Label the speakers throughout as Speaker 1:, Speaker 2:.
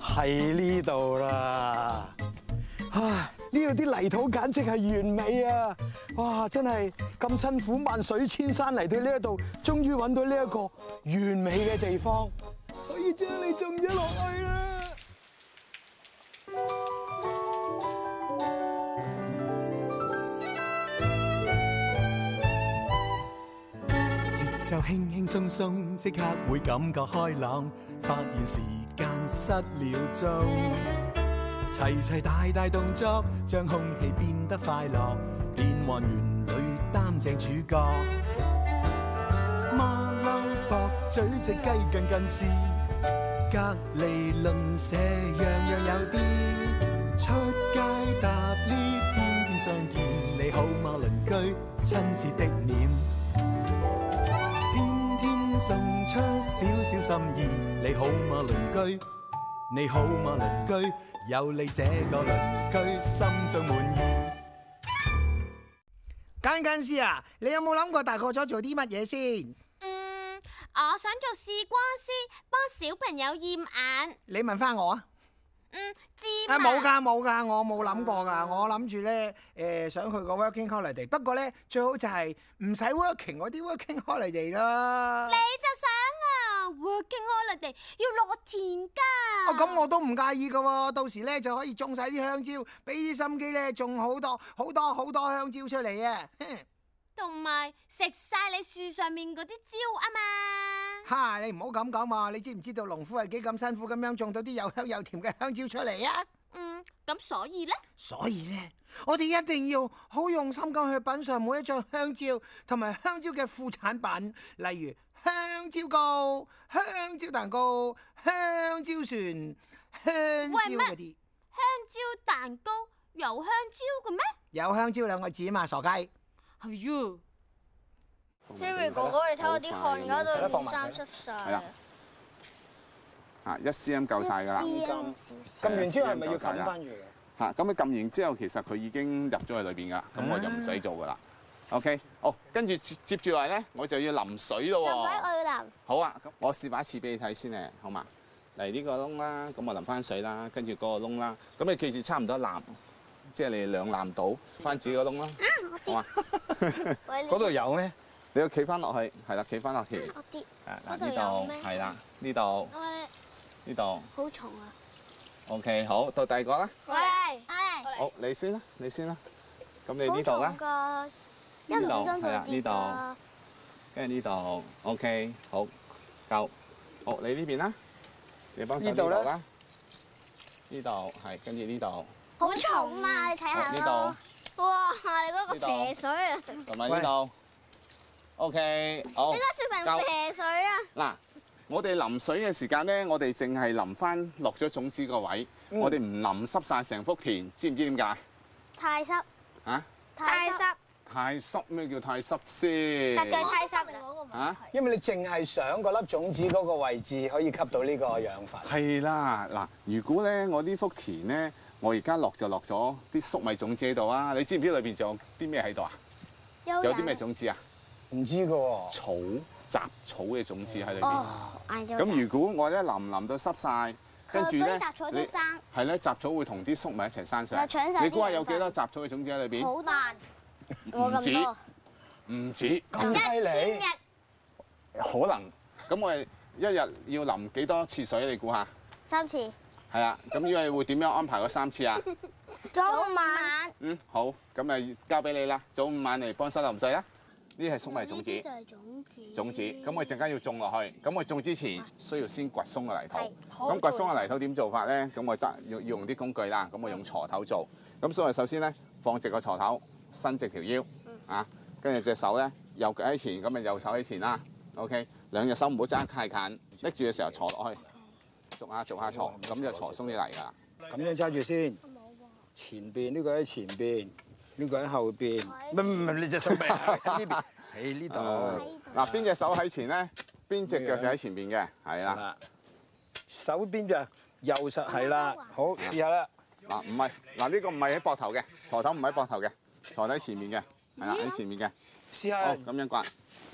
Speaker 1: 喺呢度啦。唉，呢度啲泥土簡直係完美啊！哇，真係咁辛苦萬水千山嚟到呢一度，終於揾到呢一個完美嘅地方，可以將你種咗落去啦。
Speaker 2: 節奏輕輕鬆鬆，即刻會感覺開朗，發現時間失了蹤。齊齊大大動作，將空氣變得快樂，變幻園裏擔正主角。馬騮駁嘴隻雞近近視，隔離鄰舍樣樣有啲。出街搭 lift，天天相見，你好嗎鄰居？親切的臉。天天送出少少心意，你好嗎鄰居？你好嗎鄰居？有你這個鄰居，心中滿意。
Speaker 3: 間間師啊，你有冇諗過大個咗做啲乜嘢先？
Speaker 4: 嗯，我想做視光師，幫小朋友驗眼。
Speaker 3: 你問翻我啊！
Speaker 4: 嗯，知
Speaker 3: 啊
Speaker 4: 嘛
Speaker 3: 冇㗎冇㗎，我冇諗過㗎，我諗住咧誒想去個 working holiday，不過咧最好就係唔使 working 嗰啲 working holiday 啦
Speaker 4: 你。就想啊，working holiday 要落田噶。
Speaker 3: 哦，咁我都唔介意㗎喎，到時咧就可以種晒啲香蕉，俾啲心機咧種好多好多好多香蕉出嚟啊！哼
Speaker 4: 同埋食晒你樹上面嗰啲蕉啊嘛。
Speaker 3: 哈，你唔好咁講嘛，你知唔知道農夫係幾咁辛苦咁樣種到啲又香又甜嘅香蕉出嚟啊？
Speaker 4: 嗯，咁所以呢，
Speaker 3: 所以咧，我哋一定要好用心咁去品嚐每一種香蕉，同埋香蕉嘅副產品，例如香蕉糕、香蕉蛋糕、香蕉船、香蕉嗰啲。
Speaker 4: 香蕉蛋糕有香蕉嘅咩？
Speaker 3: 有香蕉兩個字啊嘛，傻雞。
Speaker 4: 係呀，
Speaker 5: Harry 哥哥，你睇我啲汗，而家都件衫濕晒。
Speaker 6: 係啦啊，一 cm 夠晒㗎啦。
Speaker 5: à,
Speaker 6: 撳完之後係咪要冚翻
Speaker 1: 住嘅？
Speaker 6: 嚇，咁佢撳完之後，其實佢已經入咗去裏邊㗎，咁我就唔使做㗎啦。OK，好，跟住接接住嚟咧，我就要淋水咯喎。
Speaker 5: 要淋。
Speaker 6: 好啊，咁我示範一次俾你睇先咧，好嘛？嚟呢個窿啦，咁我淋翻水啦，跟住嗰個窿啦，咁你記住差唔多攬，即係你兩攬到翻自己個窿啦，好嘛？
Speaker 1: 嗰度有咩？
Speaker 6: 你要企翻落去，係啦，企翻落去，
Speaker 5: 我啲
Speaker 6: 啊
Speaker 5: 嗰
Speaker 6: 嗱
Speaker 5: 度
Speaker 6: 呢
Speaker 5: 有
Speaker 6: 度
Speaker 5: 咩
Speaker 6: 係啦，呢度
Speaker 5: 我
Speaker 6: 呢度
Speaker 5: 好重啊！
Speaker 6: ，OK，好，到第二個啦，
Speaker 5: 我嚟，
Speaker 4: 哎
Speaker 5: 我
Speaker 6: 好，你先啦，你先啦，咁你
Speaker 5: 嚟。
Speaker 6: 呢度啦。
Speaker 5: 啦，一唔小心就跌㗎。
Speaker 6: 跟住呢度，OK，好，夠，好，你呢邊啦，你幫手
Speaker 1: 呢
Speaker 6: 呢
Speaker 1: 度
Speaker 6: 度
Speaker 1: 啦
Speaker 6: 啦，呢度係，跟住呢度，
Speaker 5: 好重啊！你睇
Speaker 6: 好
Speaker 5: 下
Speaker 6: 呢
Speaker 5: 咯。哇！你嗰個
Speaker 6: 呢度
Speaker 5: 蛇水啊，食
Speaker 6: 度，同埋呢度，OK，好
Speaker 5: 你，嗰個食成蛇水啊！
Speaker 6: 嗱，我哋淋水嘅時間咧，我哋淨係淋翻落咗種子個位，我哋唔淋濕晒成幅田，知唔知點解？
Speaker 5: 太濕，
Speaker 6: 啊，
Speaker 5: 太濕，
Speaker 6: 太濕咩叫太濕先？
Speaker 5: 太濕啦！
Speaker 6: 啊！
Speaker 1: 因為你淨係想嗰粒種子嗰個位置可以吸到呢個養分。
Speaker 6: 係啦，嗱，如果咧我呢幅田咧，我而家落就落咗啲粟米種子喺度啊！你知唔知裏邊仲有啲咩喺度啊？
Speaker 5: 有
Speaker 6: 有啲咩種子啊？
Speaker 1: 唔知㗎喎。
Speaker 6: 草雜草嘅種子喺裏邊。
Speaker 5: 哦，嗌咗。
Speaker 6: 咁如果我咧淋淋到濕晒，跟住
Speaker 5: 佢嗰啲
Speaker 6: 咧
Speaker 5: 雜草都
Speaker 6: 你
Speaker 5: 生
Speaker 6: 係咧雜草會同啲粟米一齊生上
Speaker 5: 就搶晒
Speaker 6: 嚟。
Speaker 5: 啲
Speaker 6: 你估下有
Speaker 5: 養分
Speaker 6: 幾多雜草嘅種子喺裏邊？
Speaker 5: 好難，我
Speaker 6: 唔
Speaker 5: 咁
Speaker 6: 止
Speaker 5: 多，
Speaker 6: 唔止，
Speaker 1: 咁犀利，
Speaker 5: 日
Speaker 6: 可能咁我哋一日要淋幾多次水？你估下？
Speaker 5: 三次，
Speaker 6: 係啊，咁因為會點樣安排嗰三次啊？
Speaker 5: 早晚
Speaker 6: 嗯，好，咁咪交俾你啦，早午晚嚟幫手淋水啦。呢係粟米種
Speaker 5: 呢啲
Speaker 6: 子
Speaker 5: 就，係種子，
Speaker 6: 種子，咁我陣間要種落去。咁我種之前需要先掘鬆個泥土
Speaker 5: 係。好
Speaker 6: 咁掘鬆個泥土點做法咧？咁我揸要要用啲工具啦。咁我用鋤頭做。咁所以首先咧，放直個鋤頭，伸直條腰，啊，跟住隻手咧，右腳喺前，咁咪右手喺前啦。OK，兩隻手唔好揸得太近，拎住嘅時候鋤落去，逐下逐下鋤，咁就鋤鬆啲泥㗎啦。
Speaker 1: 咁樣揸住先。前邊呢個喺前邊，呢個喺後邊。唔係唔係，你隻手臂喺呢邊，喺呢度。
Speaker 6: 嗱，邊隻手喺前咧，邊隻腳就喺前邊嘅，係啦。
Speaker 1: 啦，手邊就右實係啦。好，試下啦。
Speaker 6: 嗱，唔係，嗱呢個唔係喺膊頭嘅，鋤頭唔喺膊頭嘅，鋤頭喺前面嘅，係啦，喺前面嘅，
Speaker 1: 試
Speaker 6: 好
Speaker 1: 下。
Speaker 6: 咁樣刮，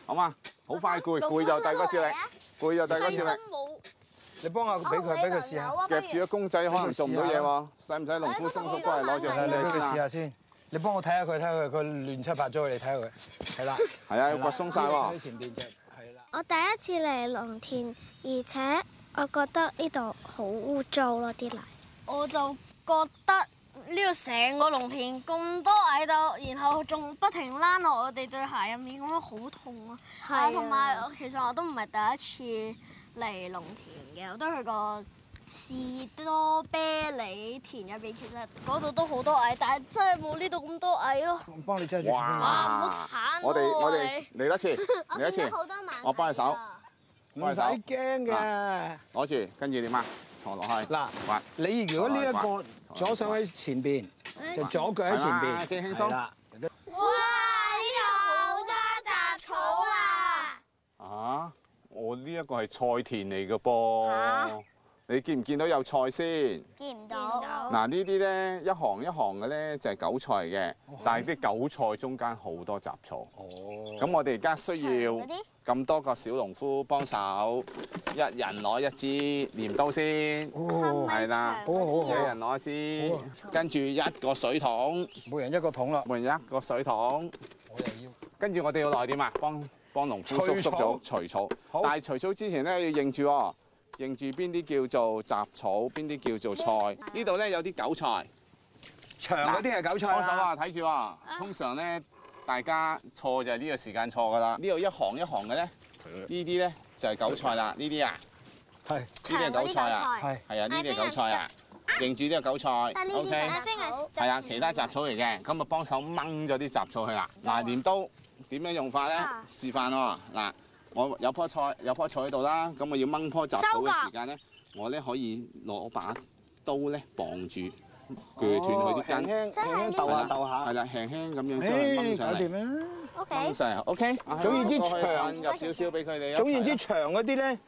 Speaker 6: 好嘛？好快攰，攰就第二個接力，攰就第二個接力，
Speaker 4: 冇
Speaker 7: 你幫下佢俾佢俾佢試下。
Speaker 6: 夾住個公仔可能做唔到嘢喎，使唔使農夫叔叔都係攞住
Speaker 5: 係
Speaker 6: 佢
Speaker 7: 你俾
Speaker 6: 嚟
Speaker 7: 佢試
Speaker 6: 先啊？
Speaker 7: 下先。你幫我睇下佢，睇下佢，佢亂七八糟，你睇下佢，係啦，
Speaker 6: 係啊，個鬆晒喎
Speaker 7: 喺。前邊就係啦。
Speaker 5: 我第一次嚟農田，而且我覺得呢度好污糟咯啲泥。
Speaker 8: 我就覺得呢度成個農田咁多蟻竇，然後仲不停躝落我哋對鞋入面，咁樣好痛啊！
Speaker 5: Ờ,
Speaker 8: 啊，同埋我其實我都唔係第一次嚟農田嘅，我都去過士多啤梨田入邊，其實嗰度都好多蟻，但係真係冇呢度咁多蟻咯。
Speaker 7: 我幫你揸住。
Speaker 8: 哇唔好
Speaker 6: 哇
Speaker 8: 慘！
Speaker 6: 我哋
Speaker 8: 喎
Speaker 6: 我哋嚟多次，
Speaker 5: ờ,
Speaker 6: 嚟多次，我幫你手，
Speaker 1: 唔使驚嘅。
Speaker 6: 攞住，跟住點啊？坐落去。
Speaker 1: 嗱
Speaker 6: 滑，
Speaker 1: 你如果呢一
Speaker 6: 坐落
Speaker 1: 個
Speaker 6: 去滑
Speaker 1: 左手喺前邊，就左腳喺前
Speaker 6: 係嘛
Speaker 1: 邊，
Speaker 6: 幾輕鬆
Speaker 1: 係啦。
Speaker 4: 哇！呢度好多雜草
Speaker 5: à.
Speaker 4: 啊！
Speaker 6: 啊！我呢一個係菜田嚟嘅噃，你見唔見到有菜先？
Speaker 5: 見唔
Speaker 7: 哦
Speaker 5: 到。
Speaker 6: 嗱，呢啲咧一行一行嘅咧就係韭菜嘅，
Speaker 7: 哦
Speaker 6: 但係啲韭菜中間好多雜草。哦，咁我哋而家需要
Speaker 5: 長嗰啲
Speaker 6: 咁多個小農夫幫手，一人攞一支鐮刀先，
Speaker 7: 哦，
Speaker 6: 係啦，
Speaker 7: 好啊好啊
Speaker 6: 一
Speaker 7: 好啊
Speaker 6: 人攞一支，跟住一個水桶，
Speaker 7: 每人一個桶啦。
Speaker 6: 每人一個水桶，
Speaker 7: 我又要。
Speaker 6: 跟住我哋要落去點啊？幫幫農夫叔叔
Speaker 7: 除草
Speaker 6: 做除草，
Speaker 7: 好
Speaker 6: 但係除草之前咧要認住喎，認住邊啲叫做雜草，邊啲叫做菜。呢度咧有啲韭菜。
Speaker 7: 長嗰啲係韭菜啦
Speaker 6: 幫手！啊，睇住啊！通常咧，大家錯就係呢個時間錯噶
Speaker 7: 嗯
Speaker 6: 啦。呢度一行一行嘅咧，呢啲咧就係韭菜啦。呢啲啊，
Speaker 7: 係
Speaker 6: 呢啲係韭菜啊，
Speaker 7: 係
Speaker 6: 係啊，呢啲係韭菜啊，認住呢個韭菜，OK，係啊，其他雜草嚟嘅，咁啊幫手掹咗啲雜草去啦。嗱，鐮刀點樣用法咧？示範喎，嗱，我有棵菜，有棵菜喺度啦，咁我要掹棵雜草嘅時間咧，我咧可以攞把刀咧綁住，鋸斷佢
Speaker 1: 哦
Speaker 6: 啲根。
Speaker 7: 輕輕輕輕
Speaker 6: 係啊
Speaker 7: 鬥
Speaker 6: 啦
Speaker 7: 下鬥下
Speaker 6: 係。啦，輕輕咁
Speaker 1: 哎
Speaker 6: 樣將佢掹
Speaker 7: 誒，搞
Speaker 6: 上嚟，
Speaker 7: 掂啦！
Speaker 6: 掹上嚟，OK。À,
Speaker 1: 總言之
Speaker 6: 過去
Speaker 1: 長
Speaker 6: 混入少少俾佢哋一齊啦。
Speaker 1: 總言之，長嗰啲咧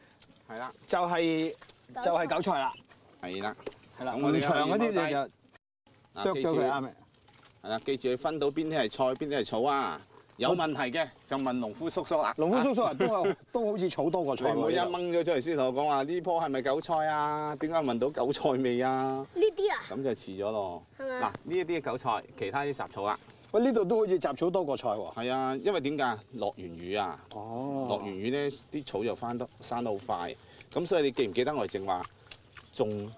Speaker 6: 係啦，
Speaker 1: 就係就係韭菜啦，
Speaker 6: 係啦，
Speaker 1: 係啦。
Speaker 6: 咁我
Speaker 1: 唔
Speaker 6: 哋
Speaker 1: 長嗰啲
Speaker 6: 可以踎
Speaker 1: 你就剁
Speaker 6: 嗱啊記
Speaker 1: 咗
Speaker 6: 住
Speaker 1: 佢啱嘅。
Speaker 6: 係啦，記住要分到邊啲係菜，邊啲係草啊！有問題嘅就問農夫叔叔啦。
Speaker 1: 農夫
Speaker 6: 啊
Speaker 1: 叔叔啊，都係都好似草多過
Speaker 6: 你
Speaker 1: 菜
Speaker 6: 每一
Speaker 1: 喎。
Speaker 6: 掹咗出嚟先同我講話，呢棵係咪韭菜啊？點解聞到韭菜味啊？
Speaker 8: 呢啲啊，
Speaker 6: 咁就遲咗咯。
Speaker 8: 係
Speaker 6: 嗱，呢一啲係韭菜，其他啲雜草啊啦。
Speaker 1: 喂，呢度都好似雜草多過菜喎。
Speaker 6: 係啊，因為點解落完雨啊？
Speaker 1: 哦
Speaker 6: 落完雨咧，啲草又翻得生得好快。咁所以你記唔記得我哋正話種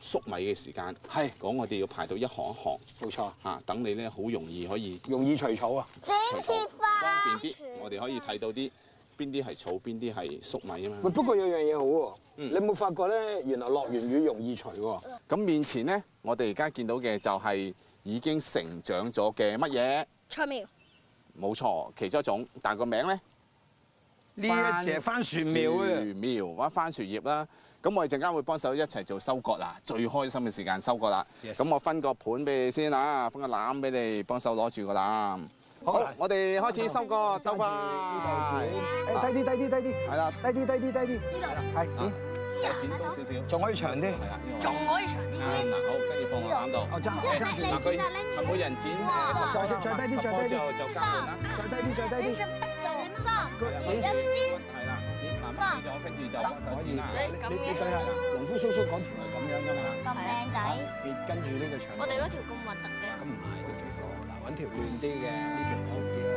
Speaker 6: 粟米嘅時間？
Speaker 1: 係
Speaker 6: 講我哋要排到一行一行
Speaker 1: 冇錯，
Speaker 6: 嚇，啊等你咧好容易可以
Speaker 1: 容易除草啊。
Speaker 6: 除到方便啲。
Speaker 5: 啊
Speaker 6: 我哋可以睇到啲邊啲係草，邊啲係粟米啊
Speaker 1: 喂，
Speaker 6: 嘛。
Speaker 1: 不過有樣嘢好喎，
Speaker 6: 嗯
Speaker 1: 你有冇發覺咧？原來落完雨容易除喎。
Speaker 6: 咁面前咧，我哋而家見到嘅就係已經成長咗嘅乜嘢？
Speaker 8: 菜苗。
Speaker 6: 冇錯，其中一種，但係個名咧
Speaker 7: 呢一隻番薯苗啊！
Speaker 6: 樹苗或者番薯葉啦。咁我哋陣間會幫手一齊做收割啦，最開心嘅時間收割啦。咁
Speaker 7: Yes
Speaker 6: 我分個盤俾你先啦，分個籃俾你幫手攞住個籃。好
Speaker 7: 好，
Speaker 6: 我哋開始收割，收快。
Speaker 7: 誒，低啲低啲低啲，
Speaker 6: 係啦，
Speaker 7: 低啲低啲低啲，係剪，
Speaker 6: 剪高少少。
Speaker 7: 仲可以長啲。
Speaker 6: 係啦，呢個
Speaker 8: 仲可以長啲。
Speaker 6: 啱啦，啊好，跟住放個籃度。
Speaker 7: 我揸我哦揸住，
Speaker 6: 嗱，佢係每人剪十
Speaker 7: 再再低啲
Speaker 6: 十
Speaker 7: 再
Speaker 6: 棵
Speaker 7: 低
Speaker 6: 之
Speaker 7: 啲，
Speaker 6: 後就交換啦。啊
Speaker 7: 再低啲再低啲，
Speaker 8: 三
Speaker 7: 腳
Speaker 8: 一
Speaker 7: 剪。
Speaker 8: 支，
Speaker 6: 係啦，慢慢剪咗，跟住就幫手剪啦。
Speaker 8: 你咁
Speaker 7: 你你
Speaker 8: 嘅，
Speaker 7: 睇下，農夫叔叔嗰條係咁樣噶嘛，
Speaker 5: 咁靚
Speaker 1: 啊
Speaker 5: 仔，
Speaker 7: 你跟住呢個長。
Speaker 8: 我哋嗰條咁核突嘅。
Speaker 7: 咁唔係好成熟，嗱揾條亂啲嘅，呢條好啲啦。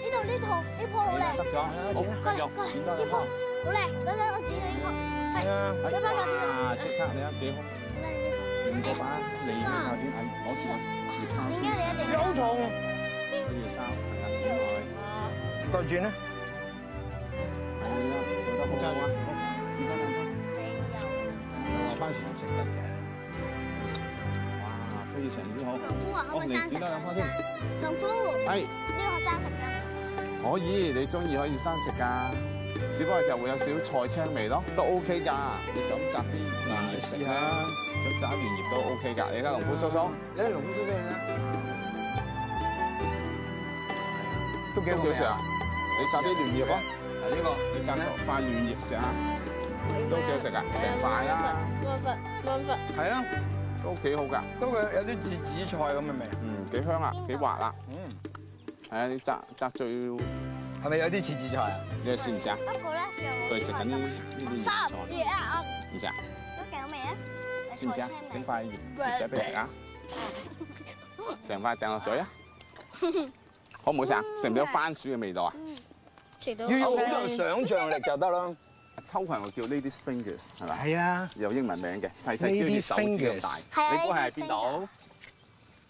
Speaker 5: 呢度呢套呢棵好靚，
Speaker 6: 得咗，好，繼續。
Speaker 7: 剪多兩樖，
Speaker 5: 好靚，等等我剪咗呢
Speaker 7: 係啊，
Speaker 1: à,
Speaker 6: 啊，即刻你啊，幾好。唔好把你嘅教剪係攞住葉衫
Speaker 5: 棵，點
Speaker 6: 先，
Speaker 5: 解你一定
Speaker 7: 有蟲，
Speaker 6: 葉衫係啦，剪落去。
Speaker 7: 再轉咧，
Speaker 6: 係啊，做得好好啊。剪翻兩個
Speaker 7: 留翻樹食得嘅。
Speaker 6: 哇，非常之好。
Speaker 5: 農夫啊？可唔可以生食兩棵先？農夫，呢
Speaker 6: 係。
Speaker 5: 個學生食兩
Speaker 6: 哎可以，你中意可以生食㗎，只不過就會有少少菜青味咯，都 OK 㗎。你就咁摘啲葉食
Speaker 7: 試
Speaker 6: 咧，
Speaker 7: 下，
Speaker 6: 就摘完葉都 OK 㗎。你睇農夫叔叔
Speaker 7: 你農夫叔啊叔啦，都幾
Speaker 6: 都
Speaker 7: 好
Speaker 6: 幾好食
Speaker 7: 食
Speaker 6: 啊
Speaker 7: 啊！！
Speaker 6: 你摘啲嫩葉咯，
Speaker 7: 嗱呢個
Speaker 6: 你摘塊嫩葉食啊，都幾好食㗎，成塊啊，
Speaker 8: 萬佛萬佛，
Speaker 7: 係啊，
Speaker 6: 都幾好㗎。
Speaker 7: 都佢有啲似紫菜咁嘅味。
Speaker 6: 嗯，幾香啊，幾滑啦。
Speaker 7: 嗯，
Speaker 6: 係啊，你摘摘最，
Speaker 7: 係咪有啲似紫菜啊？
Speaker 6: 你試唔試啊？
Speaker 5: 個，不過咧就
Speaker 6: 佢食緊呢啲葉菜。
Speaker 8: 三二一，
Speaker 6: 知唔知啊？
Speaker 8: 都搞味啊！
Speaker 6: 知唔知啊？整塊葉葉仔俾你食啊！成塊掟落嘴啊！好唔好食啊？食唔到番薯嘅味道啊！
Speaker 8: 食到
Speaker 7: 要有好有想像力就得啦。
Speaker 6: 秋葵我叫 ladies fingers 係咪？
Speaker 7: 係啊，
Speaker 6: 有英文名嘅，細細條
Speaker 7: Ladies
Speaker 6: 啲手指咁
Speaker 7: fingers
Speaker 6: 大。
Speaker 4: 係啊
Speaker 6: 你估係喺邊度？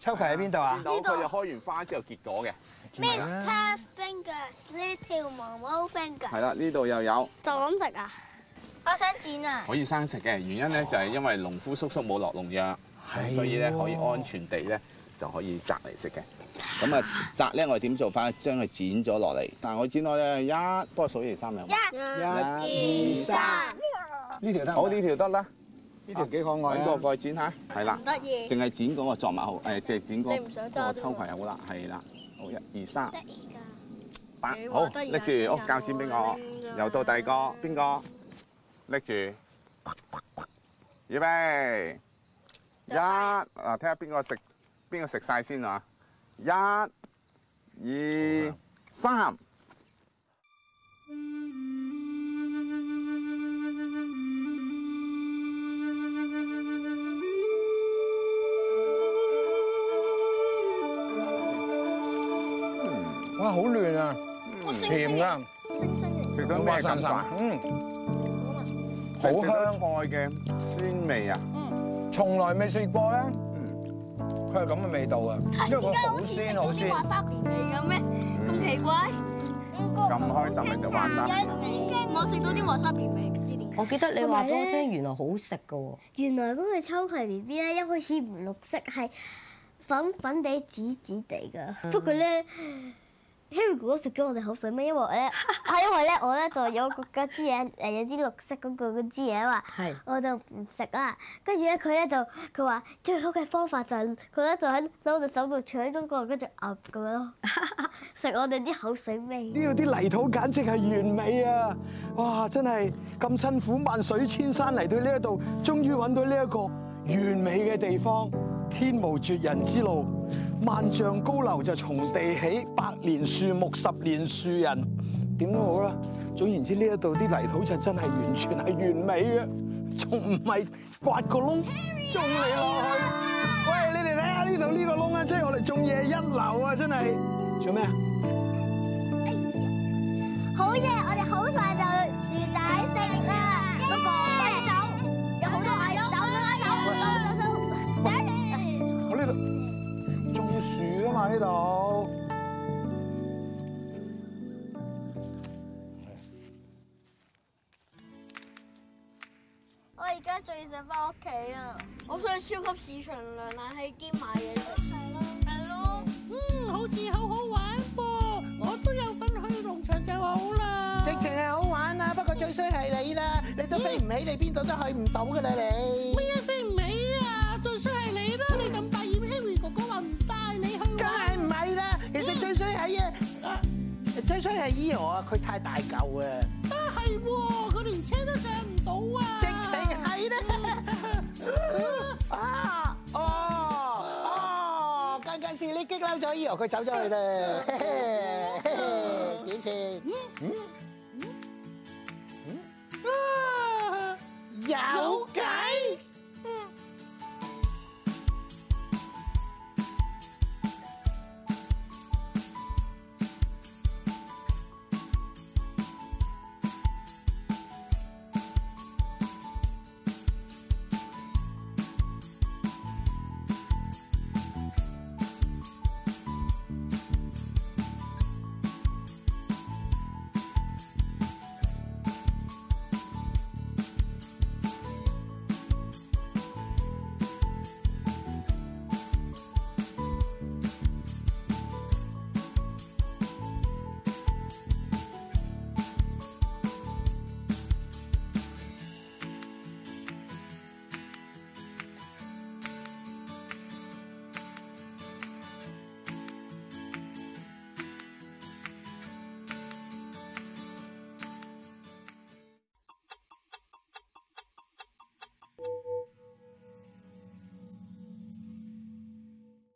Speaker 7: 秋葵喺邊度啊
Speaker 6: 邊？度佢又開完花之後結果嘅。
Speaker 3: 啊
Speaker 5: Mr. Fingers 呢條毛毛 finger
Speaker 6: 係啦，呢度又有
Speaker 5: 就咁食啊！我想剪啊！
Speaker 6: 可以生食嘅，原因咧就係因為農夫叔叔冇落農藥，咁所以咧可以安全地咧就可以摘嚟食嘅。咁啊摘咧我哋點做法？將佢剪咗落嚟，但係我剪開咧一，不過數一二三兩。一、二、
Speaker 5: Dạ,
Speaker 6: 三，
Speaker 7: 呢條得唔得，
Speaker 6: 好呢條得啦，
Speaker 7: 呢條幾可愛
Speaker 6: 揾個
Speaker 7: 啊！
Speaker 6: 蓋剪下，係啦，
Speaker 8: 得意。
Speaker 6: 淨係剪嗰個作物好，誒，淨係剪
Speaker 8: 你唔想
Speaker 6: 嗰
Speaker 8: 揸
Speaker 6: 個
Speaker 8: 啫
Speaker 6: 秋葵好啦，係啦，好一、二、三。
Speaker 5: 得意㗎，
Speaker 6: 八
Speaker 8: 你
Speaker 6: 好
Speaker 8: 話得而
Speaker 6: 拎
Speaker 8: 家
Speaker 6: 住
Speaker 8: 先
Speaker 6: 屋
Speaker 8: 有
Speaker 6: 教錢俾我
Speaker 8: 拎，㗎
Speaker 6: 又到第二個邊個拎住？預備一嗱，睇下邊個食邊個食晒先啊！一、二、三，
Speaker 7: 哇，好嫩啊，
Speaker 3: 嗯
Speaker 7: 甜
Speaker 8: 啊
Speaker 7: 㗎，
Speaker 5: 星星形
Speaker 6: 食到
Speaker 7: 好
Speaker 6: 咩
Speaker 7: 滑潺
Speaker 6: 咁快
Speaker 7: 潺，？嗯，
Speaker 6: 食
Speaker 7: 好
Speaker 6: 食到
Speaker 7: 香
Speaker 6: 菜，嘅鮮味啊！
Speaker 7: 從來未試過咧。佢係咁嘅味道啊，因為
Speaker 8: 而
Speaker 7: 佢
Speaker 8: 家
Speaker 7: 好
Speaker 8: 好似食
Speaker 7: 鮮好
Speaker 8: 咗啲華
Speaker 7: 鮮。
Speaker 8: 沙皮咁咩？咁奇怪，
Speaker 6: 咁開心咪食玩啦！
Speaker 8: 我食到啲華沙皮味，唔知點解。
Speaker 9: 我記得你話俾我聽，原來好食㗎喎。
Speaker 5: 原來嗰個秋葵 B B 咧，一開始唔綠色，係粉粉地、紫紫地噶。不過咧，Harry 哥哥食咗我哋口水咩？因為我咧，係因為咧，我咧就有個嗰支嘢，誒有支綠色嗰、個嗰支嘢話，
Speaker 9: 係
Speaker 5: 我就唔食啦。跟住咧，佢咧就佢話最好嘅方法就係佢咧就喺攞隻手度搶咗個，跟住噏咁樣咯，食我哋啲口水味。
Speaker 1: 呢度啲泥土簡直係完美啊！哇，真係咁辛苦萬水千山嚟到呢一度，終於揾到呢一個完美嘅地方。天無絕人之路，萬丈高樓就從地起，百年樹木，十年樹人，點都好啦。總言之，呢一度啲泥土就真係完全係完美嘅，仲唔係刮個窿種你落去？喂，你哋睇下呢度呢個窿啊，即係我哋種嘢一流啊，真係做咩啊？
Speaker 5: 好嘢！我哋好快就樹仔食啦。不過快走，有好多蟻走啦，走走走走。
Speaker 1: 我呢度種樹啊嘛，呢度。
Speaker 5: 我而家最想翻屋企啊！
Speaker 8: 我想去超級市場涼冷氣兼買嘢食。係咯，
Speaker 3: 直情係好玩啊！不過最衰係你啦，你都飛唔起，你邊度都去唔到噶啦你。咩啊飛唔起啊？最衰係你啦！你咁大嫌 Harry 哥哥話唔帶你去。梗係唔係啦，其實最衰係啊啊，最衰係 Eo 啊，佢太大嚿啊。啊係喎，佢連車都上唔到啊。直情係啦。啊哦哦，間間是你激嬲咗 Eo，佢走咗去啦。嘿嘿嘿點算？有搞